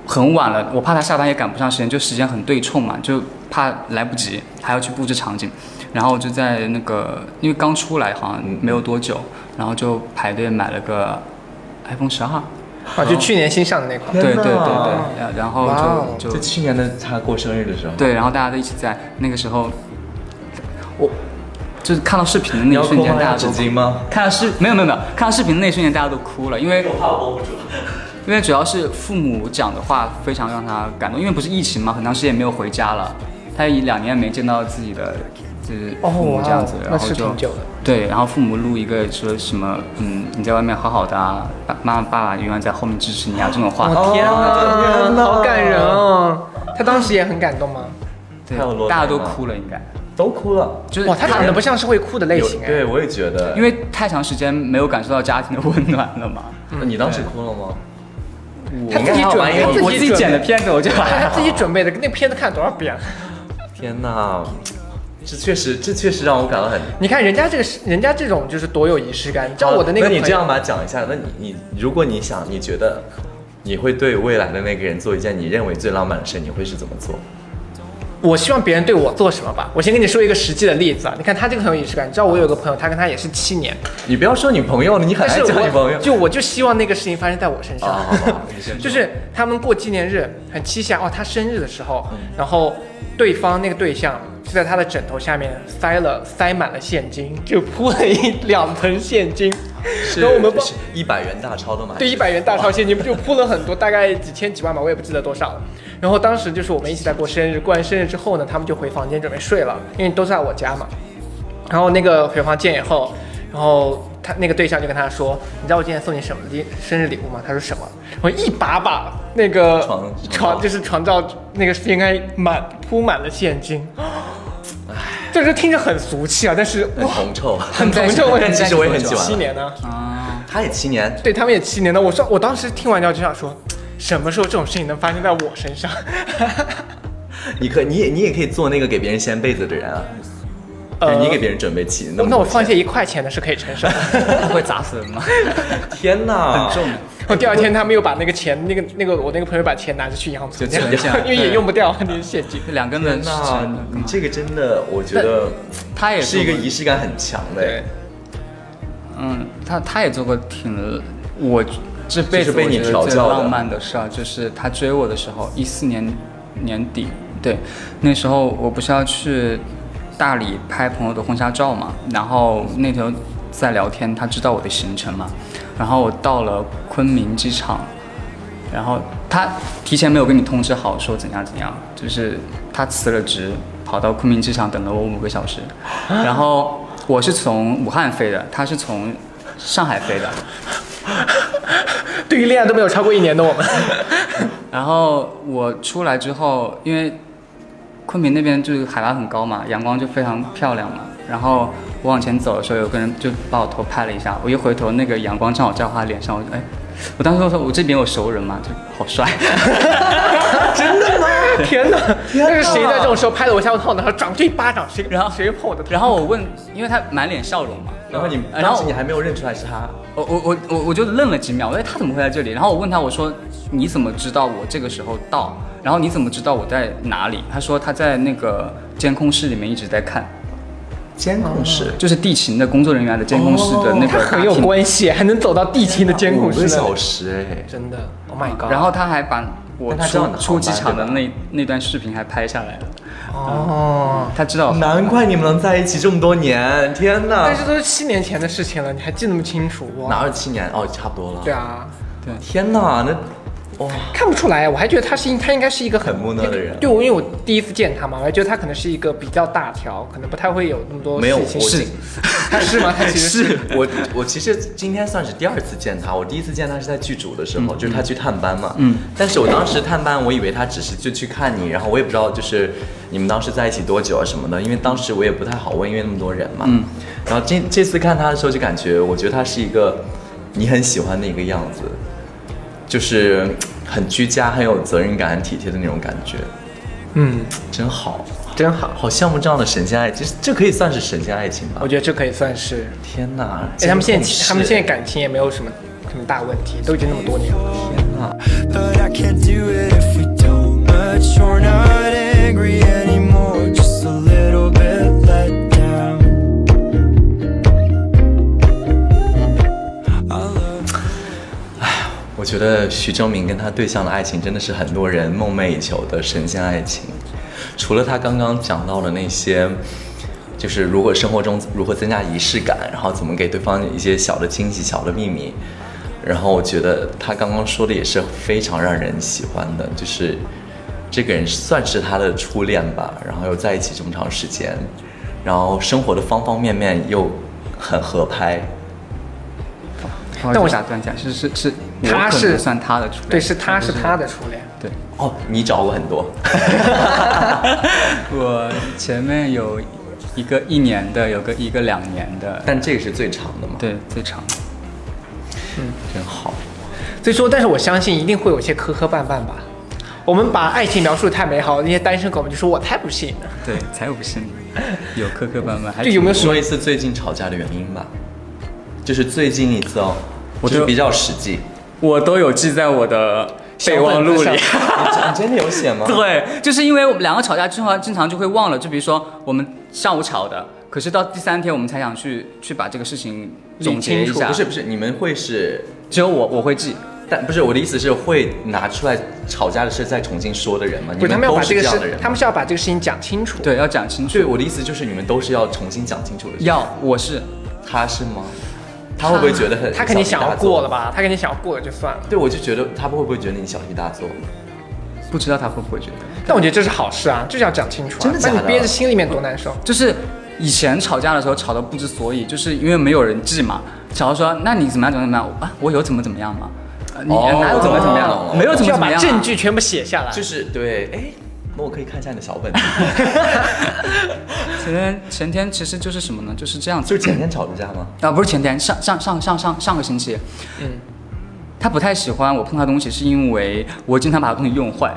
Speaker 3: 很晚了，我怕他下班也赶不上时间，就时间很对冲嘛，就怕来不及，还要去布置场景。然后我就在那个，因为刚出来好像没有多久，然后就排队买了个 iPhone 十二。
Speaker 2: 啊，就去年新上的那款。
Speaker 1: 天
Speaker 3: 对对对
Speaker 1: 哪
Speaker 3: 对，然后
Speaker 2: 哇哦
Speaker 3: 就
Speaker 1: 就
Speaker 3: 就
Speaker 1: 去年的他过生日的时候，，
Speaker 3: 对，然后大家都一起在那个时候，我就是看到视频的那
Speaker 1: 你要
Speaker 3: 一瞬
Speaker 1: 哭
Speaker 3: 间，
Speaker 1: 吗？
Speaker 3: 大
Speaker 1: 要
Speaker 3: 家
Speaker 1: 纸
Speaker 3: 都
Speaker 1: 巾吗？
Speaker 3: 看到视没有没有没有看到视频的那一瞬间，大家都哭了，因为
Speaker 1: 怕我绷不住。
Speaker 3: 因为主要是父母讲的话非常让他感动，因为不是疫情嘛，很长时间也没有回家了，他也两年没见到自己的就是
Speaker 2: 哦
Speaker 3: 父母这样子，
Speaker 2: 哇哦
Speaker 3: 然后
Speaker 2: 那是
Speaker 3: 就
Speaker 2: 挺久的
Speaker 3: 对，然后父母录一个说什么嗯你在外面好好的啊，爸妈爸爸永远在后面支持你啊这种话，
Speaker 2: 天
Speaker 1: 哦天
Speaker 2: 呐，
Speaker 1: 哪
Speaker 2: 好感人哦！他当时也很感动吗？
Speaker 3: 对
Speaker 1: 还有落，泪
Speaker 3: 大家都
Speaker 1: 吗
Speaker 3: 哭了应该，
Speaker 1: 都哭了。
Speaker 3: 就是
Speaker 2: 哇，他长得不像是会哭的类
Speaker 1: 有
Speaker 3: 啊
Speaker 2: 型哎。
Speaker 1: 对，我也觉得。
Speaker 3: 因为太长时间没有感受到家庭的温暖了嘛。
Speaker 1: 你当时哭了吗？
Speaker 2: 他自己准备，他
Speaker 3: 我我自己
Speaker 2: 准
Speaker 3: 剪的片子，我就
Speaker 2: 对 他
Speaker 3: 还好
Speaker 2: 自己准备的，那片子看了多少遍？
Speaker 1: 天哪，这确实，这确实让我感到很。
Speaker 2: 你看人家这个是，人家这种就是多有仪式感。你知道我的那个
Speaker 1: 好
Speaker 2: 朋
Speaker 1: 那
Speaker 2: 友，
Speaker 1: 你这样吧，讲一下，那你你，如果你想，你觉得你会对未来的那个人做一件你认为最浪漫的事，你会是怎么做？
Speaker 2: 我希望别人对我做什么吧。我先跟你说一个实际的例子啊，你看他这个很有仪式感。你知道我有个朋友，他跟他也是七 年，
Speaker 1: 你不要说你朋友了，你很
Speaker 2: 但
Speaker 1: 爱
Speaker 2: 是
Speaker 1: 讲你朋友
Speaker 2: 我。就我就希望那个事情发生在我身上。
Speaker 1: 啊，好好好， 你先说
Speaker 2: 就是他们过纪念日，很期限哦，他生日的时候，
Speaker 1: 嗯
Speaker 2: 然后对方那个对象就在他的枕头下面塞了塞满了现金，就铺了一两盆现金，
Speaker 1: 是
Speaker 2: 然后我们帮
Speaker 1: 一百元大钞的吗？
Speaker 2: 对一百元大钞现金就铺了很多，大概几千几万吧，我也不记得多少了。然后当时就是我们一起在过生日，过完生日之后呢，他们就回房间准备睡了，因为都在我家嘛。然后那个回房间以后，然后他那个对象就跟他说：“你知道我今天送你什么礼生日礼物吗？”他说：“什么？”我一把把那个
Speaker 1: 床床罩
Speaker 2: 床就是床罩那个应该满铺满了现金。就是听着很俗气啊，但是
Speaker 1: 很
Speaker 2: 哇，
Speaker 1: 铜臭。
Speaker 2: 很同臭。
Speaker 1: 但其实我也很喜欢
Speaker 2: 七年呢、
Speaker 3: 啊，
Speaker 1: 他也七年，
Speaker 2: 对他们也七年了。我说我当时听完之后就想说，什么时候这种事情能发生在我身上？
Speaker 1: 你可你也你也可以做那个给别人掀被子的人啊，
Speaker 2: 呃
Speaker 1: 就是你给别人准备起那么
Speaker 2: 那
Speaker 1: 多
Speaker 2: 我放
Speaker 1: 钱
Speaker 2: 下一块钱的是可以承受的。
Speaker 3: 那 会砸死人吗？
Speaker 1: 天哪，
Speaker 3: 很重，
Speaker 2: 我第二天他们又把那个钱，那个那个我那个朋友把钱拿着去银行存
Speaker 3: 就存下
Speaker 2: 因为也用不掉那些现 金。
Speaker 3: 这两 根
Speaker 1: 天
Speaker 3: 人
Speaker 1: 哪，你你这个真的，我觉得
Speaker 3: 他也
Speaker 1: 是一个
Speaker 3: 做过
Speaker 1: 仪式感很强的欸
Speaker 2: 对，，
Speaker 3: 嗯，他他也做过挺我这辈
Speaker 1: 就是
Speaker 3: 子
Speaker 1: 被
Speaker 3: 我
Speaker 1: 你
Speaker 3: 觉得
Speaker 1: 调
Speaker 3: 最
Speaker 1: 教的
Speaker 3: 浪漫的事儿，就是他追我的时候，一四年年底，对，那时候我不是要去大理拍朋友的婚纱照嘛，然后那时候在聊天，他知道我的行程嘛，然后我到了昆明机场，然后他提前没有跟你通知好说怎样怎样，就是他辞了职，跑到昆明机场等了我五个小时，然后我是从武汉飞的，他是从上海飞的，
Speaker 2: 对于恋爱都没有超过一年的我们，
Speaker 3: 然后我出来之后，因为昆明那边就是海拔很高嘛，阳光就非常漂亮嘛。然后我往前走的时候，有个人就把我头拍了一下，我一回头，那个阳光正好照他脸上，我就哎，我当时我说我这边有熟人嘛，就好帅。
Speaker 2: 真的吗？ 天哪！但是谁在这种时候拍了我一下我头，然后转过去一巴掌，谁
Speaker 3: 然后
Speaker 2: 谁碰我的头？
Speaker 3: 然后我问，因为他满脸笑容嘛，呃
Speaker 1: 然后你
Speaker 3: 然
Speaker 1: 当
Speaker 3: 后
Speaker 1: 时你还没有认出来是他，
Speaker 3: 我我我我我就愣了几秒，哎，他怎么会在这里？然后我问他，我说你怎么知道我这个时候到？然后你怎么知道我在哪里？他说他在那个监控室里面一直在看，
Speaker 1: 监控室
Speaker 3: 就是地勤的工作人员的监控室的那个、
Speaker 2: 哦很有。关系，还能走到地勤的监
Speaker 1: 五
Speaker 2: 控
Speaker 1: 个
Speaker 2: 室那
Speaker 1: 小
Speaker 2: 里，
Speaker 1: 时哎，
Speaker 2: 真的，Oh my god！
Speaker 3: 然后他还把我
Speaker 1: 但他知道
Speaker 3: 出
Speaker 1: 你的
Speaker 3: 出机
Speaker 1: 航班
Speaker 3: 场的
Speaker 1: 对
Speaker 3: 那那段视频还拍下来了，
Speaker 2: 哦。
Speaker 3: 他知道。
Speaker 1: 难怪你们能在一起这么多年，天哪
Speaker 2: 但！是都是七年前的事情了，你还记那么清楚？哇
Speaker 1: 哪有七年？哦，差不多了。
Speaker 2: 对，啊，
Speaker 1: 天哪，那哇，
Speaker 2: 看不出来，我还觉得他是他应该是一个很
Speaker 1: 很木讷的人
Speaker 2: 对，我因为我第一次见他嘛，我还觉得他可能是一个比较大条，可能不太会有那么多
Speaker 1: 没有
Speaker 2: 事情。
Speaker 1: 我
Speaker 2: 是，他 是吗？他其实
Speaker 1: 是我，我其实今天算是第二次见他。我第一次见他是在剧组的时候，就是他去探班嘛。嗯。但是我当时探班，我以为他只是就去看你，然后我也不知道就是你们当时在一起多久啊什么的，因为当时我也不太好问，因为那么多人嘛。嗯。然后这这次看他的时候，就感觉我觉得他是一个你很喜欢的一个样子，就是很居家、很有责任感、很体贴的那种感觉，
Speaker 2: 嗯，
Speaker 1: 真好。
Speaker 2: 真好，
Speaker 1: 好羡慕这样的神仙爱情，这可以算是神仙爱情吧
Speaker 2: 我？觉得这可以算是。
Speaker 1: 天哪！
Speaker 2: 哎，他们现
Speaker 1: 监
Speaker 2: 在
Speaker 1: 控室
Speaker 2: 他们现在感情也没有什么什么大问题，都已经那么多年了。
Speaker 4: But I can't do it if we don't match. You're not angry anymore, just a little bit let down. I love
Speaker 1: 我觉得徐峥明跟他对象的爱情真的是很多人梦寐以求的神仙爱情。除了他刚刚讲到的那些，就是如果生活中如何增加仪式感，然后怎么给对方一些小的惊喜、小的秘密，然后我觉得他刚刚说的也是非常让人喜欢的，就是这个人算是他的初恋吧，然后又在一起这么长时间，然后生活的方方面面又很合拍，
Speaker 3: 但我打断一下，是是是，我
Speaker 2: 他
Speaker 3: 可能
Speaker 2: 是
Speaker 3: 不算他的初恋，
Speaker 2: 对，是他
Speaker 3: 我
Speaker 2: 是他的初恋。
Speaker 3: 对。
Speaker 1: 哦，你找过很多，
Speaker 3: 我前面有一个一年的，有个一个两年的，
Speaker 1: 但这个是最长的嘛？，
Speaker 3: 对，最长的。
Speaker 1: 真好。
Speaker 2: 所以说，但是我相信一定会有一些磕磕绊绊吧。我们把爱情描述得太美好，那些单身狗们就说我才不信呢。
Speaker 3: 对，才有不是你，有磕磕绊 绊，还
Speaker 2: 就有没有
Speaker 1: 说一次最近吵架的原因吧，就是最近一次哦，
Speaker 3: 我
Speaker 1: 就是
Speaker 3: 就
Speaker 1: 比较实际。
Speaker 3: 我都有记在我的备忘录里。
Speaker 1: 你真你真的有写 吗？
Speaker 3: 对，就是因为我们两个吵架之后，经常就会忘了。就比如说我们上午吵的，可是到第三天我们才想去去把这个事情总结一下。
Speaker 1: 不是，不是，你们会是，
Speaker 3: 只有我我会记。
Speaker 1: 但不是我的意思是会拿出来吵架的事再重新说的人吗？
Speaker 2: 不是
Speaker 1: 你
Speaker 2: 他们要
Speaker 1: 都
Speaker 2: 把
Speaker 1: 是
Speaker 2: 这个
Speaker 1: 样
Speaker 2: 事
Speaker 1: 的人，吗，
Speaker 2: 他们是要把这个事情讲清楚。
Speaker 3: 对，要讲清楚
Speaker 1: 对。我的意思就是你们都是要重新讲清楚的人。
Speaker 3: 要，我是
Speaker 1: 他是吗？他会不会觉得很？
Speaker 2: 他肯定想要过了
Speaker 1: 吧？
Speaker 2: 吧？他肯定想要过了就算了。
Speaker 1: 对，我就觉得他会不会觉得你小题大做？
Speaker 3: 不知道他会不会觉得，
Speaker 2: 但我觉得这是好事啊，就是要讲清楚、啊。
Speaker 1: 真的假的
Speaker 2: 那你憋着心里面多难受。
Speaker 3: 就是以前吵架的时候吵得不知所以，就是因为没有人记嘛。吵到说那你怎么样怎么样怎么
Speaker 2: 哦
Speaker 3: 样啊？我有怎么怎么样吗？呃你
Speaker 1: 哦
Speaker 3: 哪有怎么怎么样？
Speaker 1: 哦
Speaker 3: 没有怎
Speaker 2: 就要
Speaker 3: 么怎么
Speaker 2: 把
Speaker 3: 样、啊。
Speaker 2: 证据 全部写下来。
Speaker 1: 就是对，哎，那我可以看一下你的小本子。
Speaker 3: 前天前天其实就是什么呢？就是这样子
Speaker 1: 就是前天吵的架吗？
Speaker 3: 啊，不是前天，上上上上上上个星期，
Speaker 2: 嗯，
Speaker 3: 他不太喜欢我碰他东西，是因为我经常把他东西用坏，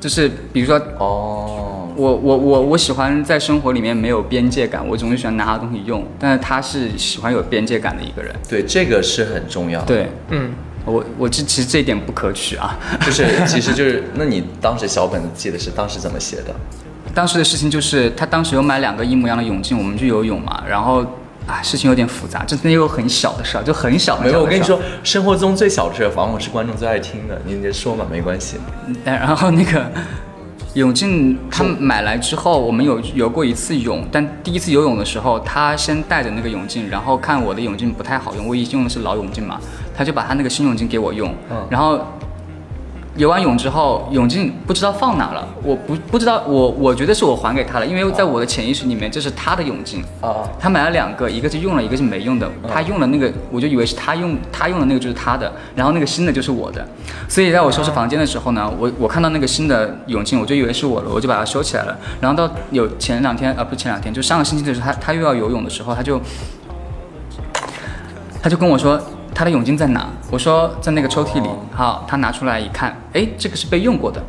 Speaker 3: 就是比如说
Speaker 1: 哦，
Speaker 3: 我我我我喜欢在生活里面没有边界感，我总是喜欢拿他东西用，但是他是喜欢有边界感的一个人。
Speaker 1: 对，这个是很重要。，
Speaker 3: 对
Speaker 2: 嗯，
Speaker 3: 我我这其实这一点不可取啊。
Speaker 1: 就是其实就是，那你当时小本子记得是当时怎么写的？
Speaker 3: 当时的事情就是他当时有买两个一模一样的泳镜，我们去游泳嘛，然后啊事情有点复杂，就那又很小的事儿，就很小很
Speaker 1: 没
Speaker 3: 啊小
Speaker 1: 有，
Speaker 3: 的事儿
Speaker 1: 我跟你说，生活中最小的事儿，反正我是观众最爱听的。你你说嘛，没关系。
Speaker 3: 哎，然后那个 泳镜他买来之后，我们有游过一次泳，但第一次游泳的时候，他先戴着那个泳镜，然后看我的泳镜不太好用，我已经用的是老泳镜嘛，他就把他那个新泳镜给我用，
Speaker 1: 嗯
Speaker 3: 然后。游完泳之后，泳镜不知道放哪了，我不不知道，我我觉得是我还给他了，因为在我的潜意识里面，这是他的泳镜，
Speaker 1: 啊，
Speaker 3: 他买了两个，一个是用了，一个是没用的。他用的那个，我就以为是他用他用的那个就是他的，然后那个新的就是我的。所以在我收拾房间的时候呢，我我看到那个新的泳镜，我就以为是我的，我就把它收起来了。然后到有前两天，呃，不是前两天，就上个星期的时候，他他又要游泳的时候，他就他就跟我说他的泳镜在哪，我说在那个抽屉里。好，他拿出来一看，哎，这个是被用过的，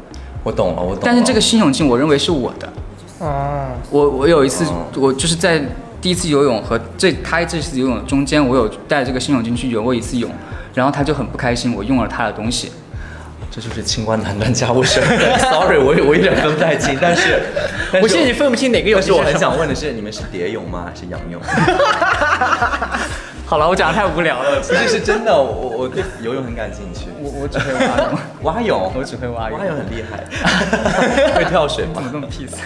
Speaker 1: 我懂了，我懂了。
Speaker 3: 但是这个新泳镜我认为是我的。
Speaker 2: 哦，
Speaker 3: 我我有一次
Speaker 1: 哦，
Speaker 3: 我就是在第一次游泳和这他这次游泳的中间，我有带这个新泳镜去游过一次泳，然后他就很不开心，我用了他的东西。
Speaker 1: 这就是清官难断家务事。Sorry，我我有点分不太清，但 是，但是
Speaker 2: 我现在已经分不清哪个游
Speaker 1: 但
Speaker 2: 戏
Speaker 1: 是我
Speaker 2: 什
Speaker 1: 很
Speaker 2: 么
Speaker 1: 想问的是，你们是蝶泳吗？还是仰 泳？
Speaker 3: 好了，我讲的太无聊了，
Speaker 1: 这是真的，我我我对游泳很感兴趣。
Speaker 3: 呃我我只会蛙泳，
Speaker 1: 蛙泳，
Speaker 3: 我只会蛙泳
Speaker 1: 蛙泳很厉 害，会跳水
Speaker 3: 怎么
Speaker 1: 吗？
Speaker 3: 这么 peace？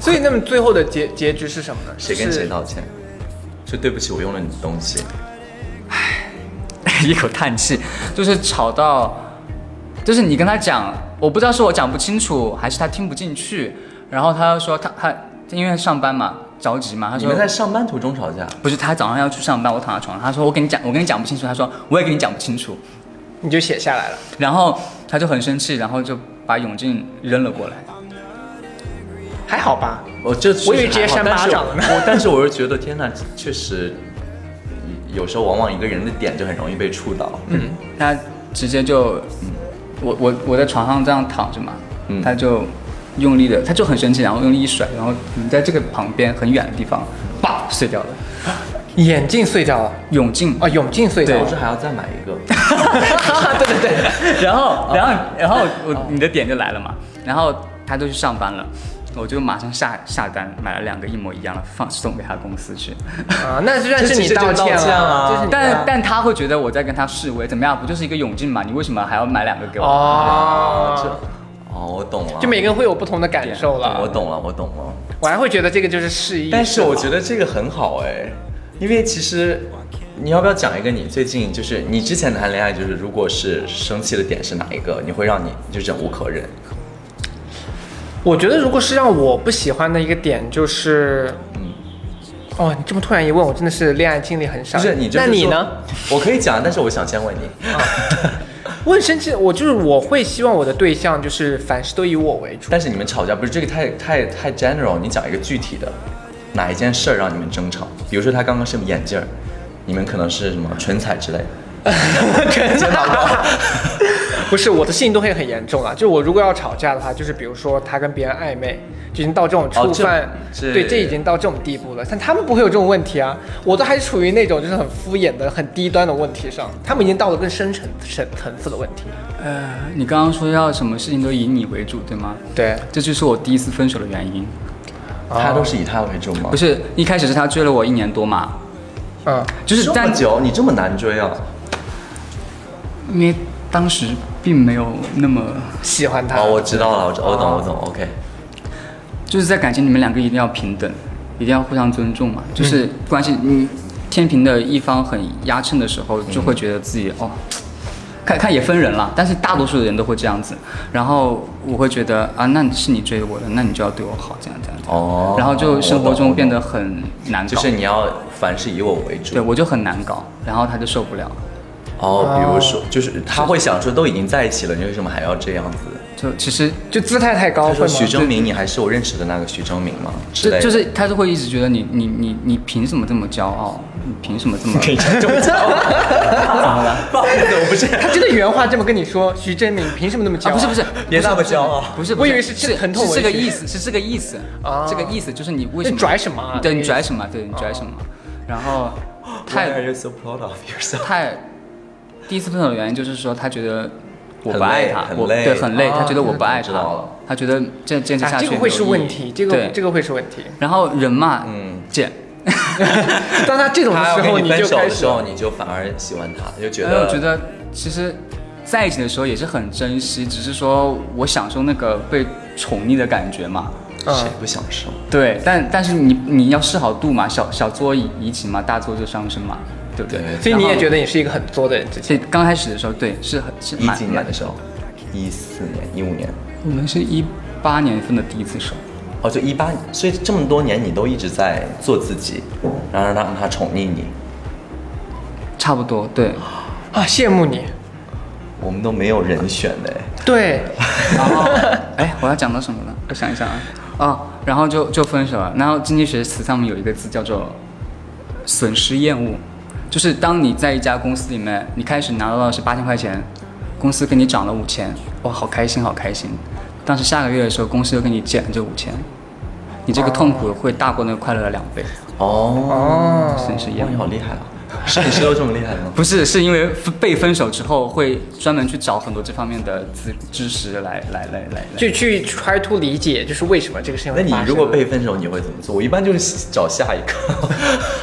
Speaker 2: 所以那么最后的结结局是什么呢？
Speaker 1: 谁跟
Speaker 2: 是
Speaker 1: 谁？道歉？说对不起，我用了你的东西。
Speaker 3: 一口叹气，就是吵到，就是你跟他讲，我不知道是我讲不清楚，还是他听不进去，然后他又说他他因为上班嘛着急嘛，他
Speaker 1: 你
Speaker 3: 说
Speaker 1: 们在上班途中吵架？
Speaker 3: 不是他早上要去上班，我躺在床上，他说我跟你讲我跟你讲不清楚，他说我也跟你讲不清楚。
Speaker 2: 你就写下来了。
Speaker 3: 然后他就很生气，然后就把泳镜扔了过来。
Speaker 2: 还好吧，
Speaker 1: 我哦这确实
Speaker 2: 我以为直接
Speaker 1: 还好
Speaker 2: 扇
Speaker 1: 但是
Speaker 2: 巴掌了呢
Speaker 1: 我但是我是觉得，天哪，确实，有时候往往一个人的点就很容易被触到。嗯，
Speaker 3: 他直接就，嗯我我我在床上这样躺着嘛，
Speaker 1: 嗯
Speaker 3: 他就用力的，他就很生气，然后用力一甩，然后你在这个旁边很远的地方，叭碎掉了
Speaker 2: 眼镜碎掉了，
Speaker 3: 泳镜。
Speaker 2: 哦，泳镜碎掉
Speaker 1: 不是
Speaker 2: 了。
Speaker 1: 还要再买一个？
Speaker 2: 对对对，
Speaker 3: 然后然后然后我你的点就来了嘛，然后他就去上班了。我就马上下下单买了两个一模一样的，放送给他公司去。
Speaker 2: 啊，那就算
Speaker 1: 这
Speaker 2: 是
Speaker 1: 其
Speaker 2: 你
Speaker 1: 实就道
Speaker 2: 道歉
Speaker 1: 歉啊
Speaker 2: 了，就是你
Speaker 3: 但
Speaker 2: 道
Speaker 3: 但他会觉得我在跟他示威，怎么样？不就是一个泳镜嘛？你为什么还要买两个给我？
Speaker 2: 哦，
Speaker 1: 哦，我懂了，
Speaker 2: 就每个人会有不同的感受
Speaker 1: 我
Speaker 3: 啊
Speaker 2: 了。
Speaker 1: 懂了，我懂了。
Speaker 2: 我还会觉得这个就是示意，
Speaker 1: 但是我觉
Speaker 2: 得
Speaker 1: 得这个很好哎，因为其实你要不要讲一个你最近就是你之前谈恋爱就是如果是生气的点是哪一个，你会让你就忍无可忍？
Speaker 2: 我觉得如果是让我不喜欢的一个点就是，嗯，哦，你这么突然一问，我真的是恋爱经历很少。
Speaker 1: 不是你，
Speaker 2: 那你呢？？
Speaker 1: 我可以讲，但是我想先问你，
Speaker 2: 我很生气，我就是我会希望我的对象就是凡事都以我为主。
Speaker 1: 但是你们吵架不是这个太太太 general，你讲一个具体的，哪一件事儿让你们争吵？比如说他刚刚是眼镜 儿，你们可能是什么唇彩之类的，
Speaker 2: 不是我的性动会很严重啊，就是我如果要吵架的话，就是比如说他跟别人暧昧，就已经到这种触犯，
Speaker 1: 哦这
Speaker 2: 对，
Speaker 1: 这
Speaker 2: 这已经到这种地步了。但他们不会有这种问题啊，我都还处于那种就是很敷衍的、很低端的问题上，他们已经到了更深层层层次的问题。
Speaker 3: 呃，你刚刚说要什么事情都以你为主，对吗？
Speaker 2: 对，
Speaker 3: 这就是我第一次分手的原因。
Speaker 1: 他都是以他为主吗？
Speaker 3: 不，是一开始是他追了我一年多嘛，
Speaker 2: 嗯，
Speaker 3: 就是
Speaker 1: 这么
Speaker 3: 但
Speaker 1: 久，你这么难追啊？
Speaker 3: 因为当时并没有那么，
Speaker 2: 喜欢他，
Speaker 1: 哦，我知道了，我知我懂
Speaker 3: 啊
Speaker 1: 我懂，OK。
Speaker 3: 就是在感情里面两个一定要平等，一定要互相尊重嘛。
Speaker 1: 嗯
Speaker 3: 就是关系你天平的一方很压秤的时候，就会觉得自己、哦，看看也分人了，但是大多数的人都会这样子。然后我会觉得啊，那是你追我的，那你就要对我好，这样这样。这样
Speaker 1: 哦
Speaker 3: 然后就生活
Speaker 1: 我
Speaker 3: 中
Speaker 1: 懂
Speaker 3: 变得很难搞，
Speaker 1: 就是你要凡事以我为主。
Speaker 3: 对啊我就很难搞，然后他就受不了。
Speaker 1: 哦，比如说，就是他会想说，都已经在一起了，你为什么还要这样子？
Speaker 3: 就其实
Speaker 2: 就姿态太高，
Speaker 1: 他
Speaker 2: 会吗
Speaker 1: 说徐峥明，你还是我认识的那个徐峥明吗？之类
Speaker 3: 就
Speaker 1: 的
Speaker 3: 就是他就会一直觉得你你你你凭什么这么骄傲？你凭什么 这么？
Speaker 1: 可以这么讲吗？怎么了？不好意思，我不是，
Speaker 2: 他真的原话这么跟你说，徐峥明凭什么那么骄傲、
Speaker 3: 啊，不是不是，
Speaker 1: 别那么骄傲。
Speaker 3: 不是，
Speaker 2: 我以为
Speaker 3: 不
Speaker 2: 是
Speaker 3: 是
Speaker 2: 疼痛
Speaker 3: 是
Speaker 2: 文
Speaker 3: 这个
Speaker 2: 学
Speaker 3: 意思，是这个意思
Speaker 2: 啊
Speaker 3: 这个意思就是你为什么
Speaker 2: 你哦拽什么啊
Speaker 3: 对
Speaker 2: 那个
Speaker 3: 你
Speaker 2: 意
Speaker 3: 拽什么？对你拽什么？然 后
Speaker 1: Why are
Speaker 3: 太
Speaker 1: you so proud of yourself？
Speaker 3: 太第一次分手的原因就是说他觉得我
Speaker 1: 很
Speaker 3: 不爱
Speaker 1: 累
Speaker 3: 他，
Speaker 1: 很
Speaker 3: 我
Speaker 1: 累
Speaker 3: 对很累，
Speaker 2: 啊
Speaker 3: 他觉得我不爱
Speaker 1: 知
Speaker 3: 他
Speaker 1: 道了，
Speaker 3: 他觉得这坚持
Speaker 2: 啊
Speaker 3: 下去
Speaker 2: 这个
Speaker 3: 没有
Speaker 2: 会是
Speaker 3: 意义
Speaker 2: 问题，这个
Speaker 3: 对
Speaker 2: 这个会是问题。
Speaker 3: 然后人嘛，
Speaker 1: 嗯，
Speaker 3: 姐，
Speaker 2: 当他这种
Speaker 1: 他
Speaker 2: 的时
Speaker 1: 要
Speaker 2: 候，
Speaker 1: 跟你分
Speaker 2: 就
Speaker 1: 手
Speaker 2: 开
Speaker 1: 的
Speaker 2: 始
Speaker 1: 时候，你就反而喜欢他，就觉
Speaker 3: 因为
Speaker 1: 得
Speaker 3: 哎我觉得其实在一起的时候也是很珍惜，只是说我享受那个被宠溺的感觉嘛。
Speaker 1: 谁不享受？
Speaker 3: 对，但但是你你要试好度嘛，小小作怡怡情嘛，大作就伤身嘛，对不对？
Speaker 1: 对
Speaker 2: 所以你也觉
Speaker 3: 得，
Speaker 2: 得你是一个很作的人，之前
Speaker 3: 所以刚开始的时候，对，是很是
Speaker 1: 一
Speaker 3: 蛮
Speaker 1: 几年的时候，一四年、一五年，
Speaker 3: 我们是一八年份的第一次手，
Speaker 1: 哦，就一八，所以这么多年你都一直在做自己，然后让他让他宠溺你。
Speaker 3: 差不多，对。
Speaker 2: 啊，羡慕你。
Speaker 1: 我们都没有人选的，哎
Speaker 2: 对，
Speaker 3: 然后，哎，我要讲到什么了？我想一想啊，哦，然后就就分手了。然后经济学词上面有一个字叫做损失厌恶，就是当你在一家公司里面，你开始拿到的是八千块钱，公司给你涨了五千，哇，好开心，好开心。但是下个月的时候，公司又给你减了这五千，你这个痛苦会大过那个快乐的两倍，
Speaker 1: 哦，
Speaker 3: 损失厌
Speaker 1: 哇，你
Speaker 3: 恶。
Speaker 1: 好厉害啊！是你是都这么厉害 吗？
Speaker 3: 不是，是因为分被分手之后，会专门去找很多这方面的知知识来来来来来。
Speaker 2: 就去 try to 理解，就是为什么这个事情
Speaker 1: 那
Speaker 2: 会发
Speaker 1: 你
Speaker 2: 生。
Speaker 1: 如果被分手，你会怎么做？我一般就是找下一个。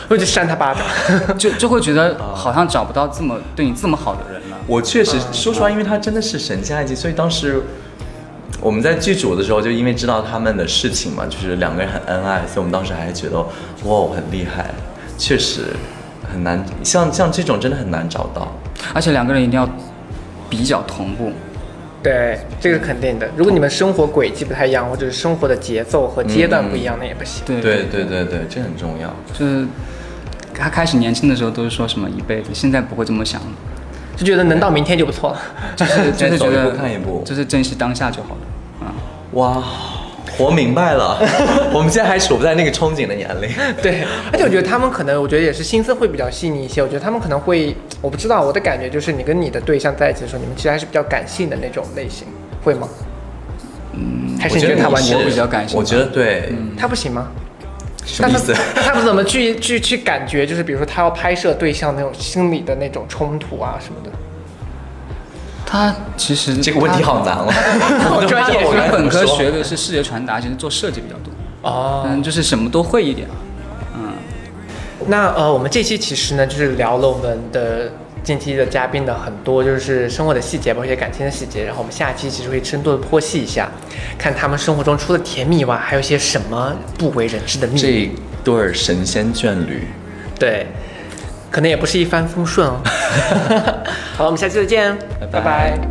Speaker 2: 我就扇他巴掌，
Speaker 3: 就就会觉得
Speaker 1: 啊
Speaker 3: 好像找不到这么对你这么好的人了。
Speaker 1: 我确实说实话，因为他真的是神仙爱情，所以当时我们在剧组的时候，就因为知道他们的事情嘛，就是两个人很恩爱，所以我们当时还觉得哇，很厉害，确实很难，像像这种真的很难找到。
Speaker 3: 而且两个人一定要比较同步，
Speaker 2: 对，这个肯定的。如果你们生活轨迹不太一样，或者是生活的节奏和阶段不一样，那也不行。
Speaker 3: 对
Speaker 1: 嗯对对对对，这很重要。
Speaker 3: 就是他开始年轻的时候都是说什么一辈子，现在不会这么想了，
Speaker 2: 就觉得能到明天就不错了。
Speaker 3: 就是就是觉
Speaker 1: 走一
Speaker 3: 得
Speaker 1: 步看一步
Speaker 3: 就是珍惜当下就好了。啊，
Speaker 1: 哇，活明白了， 我们现在还处不在那个憧憬的年龄。
Speaker 2: 对，而且我觉得他们可能，我觉得也是心思会比较细腻一些。我觉得他们可能会，我不知道，我的感觉就是你跟你的对象在一起的时候，你们其实还是比较感性的那种类型，会吗？嗯，还
Speaker 1: 我
Speaker 2: 是你觉
Speaker 1: 觉
Speaker 2: 得
Speaker 1: 得
Speaker 2: 他完
Speaker 1: 你是
Speaker 2: 全
Speaker 3: 我比较感性嗯
Speaker 1: 我觉得对，
Speaker 2: 他不行吗？
Speaker 1: 什
Speaker 2: 那
Speaker 1: 么意
Speaker 2: 他
Speaker 1: 思？
Speaker 2: 那他们怎么去去去感觉？就是比如说他要拍摄对象那种心理的那种冲突啊什么的。
Speaker 3: 他其实
Speaker 1: 这个问题好难哦。
Speaker 2: 我专业
Speaker 3: 我
Speaker 2: 是
Speaker 3: 们
Speaker 1: 该怎
Speaker 3: 本
Speaker 1: 么
Speaker 3: 科
Speaker 1: 说
Speaker 3: 学的是视觉传达，其实做设计比较多，
Speaker 2: 哦。
Speaker 3: 嗯，就是什么都会一点。嗯，
Speaker 2: 那呃，我们这期其实呢，就是聊了我们的近期的嘉宾的很多就是生活的细节，包括一些感情的细节。然后我们下期其实会深度的剖析一下，看他们生活中除了甜蜜以外，还有一些什么不为人知的秘密。
Speaker 1: 这对儿神仙眷侣，
Speaker 2: 对， 可能也不是一帆风顺哦。好了，我们下期再见，
Speaker 1: 拜拜
Speaker 2: 拜拜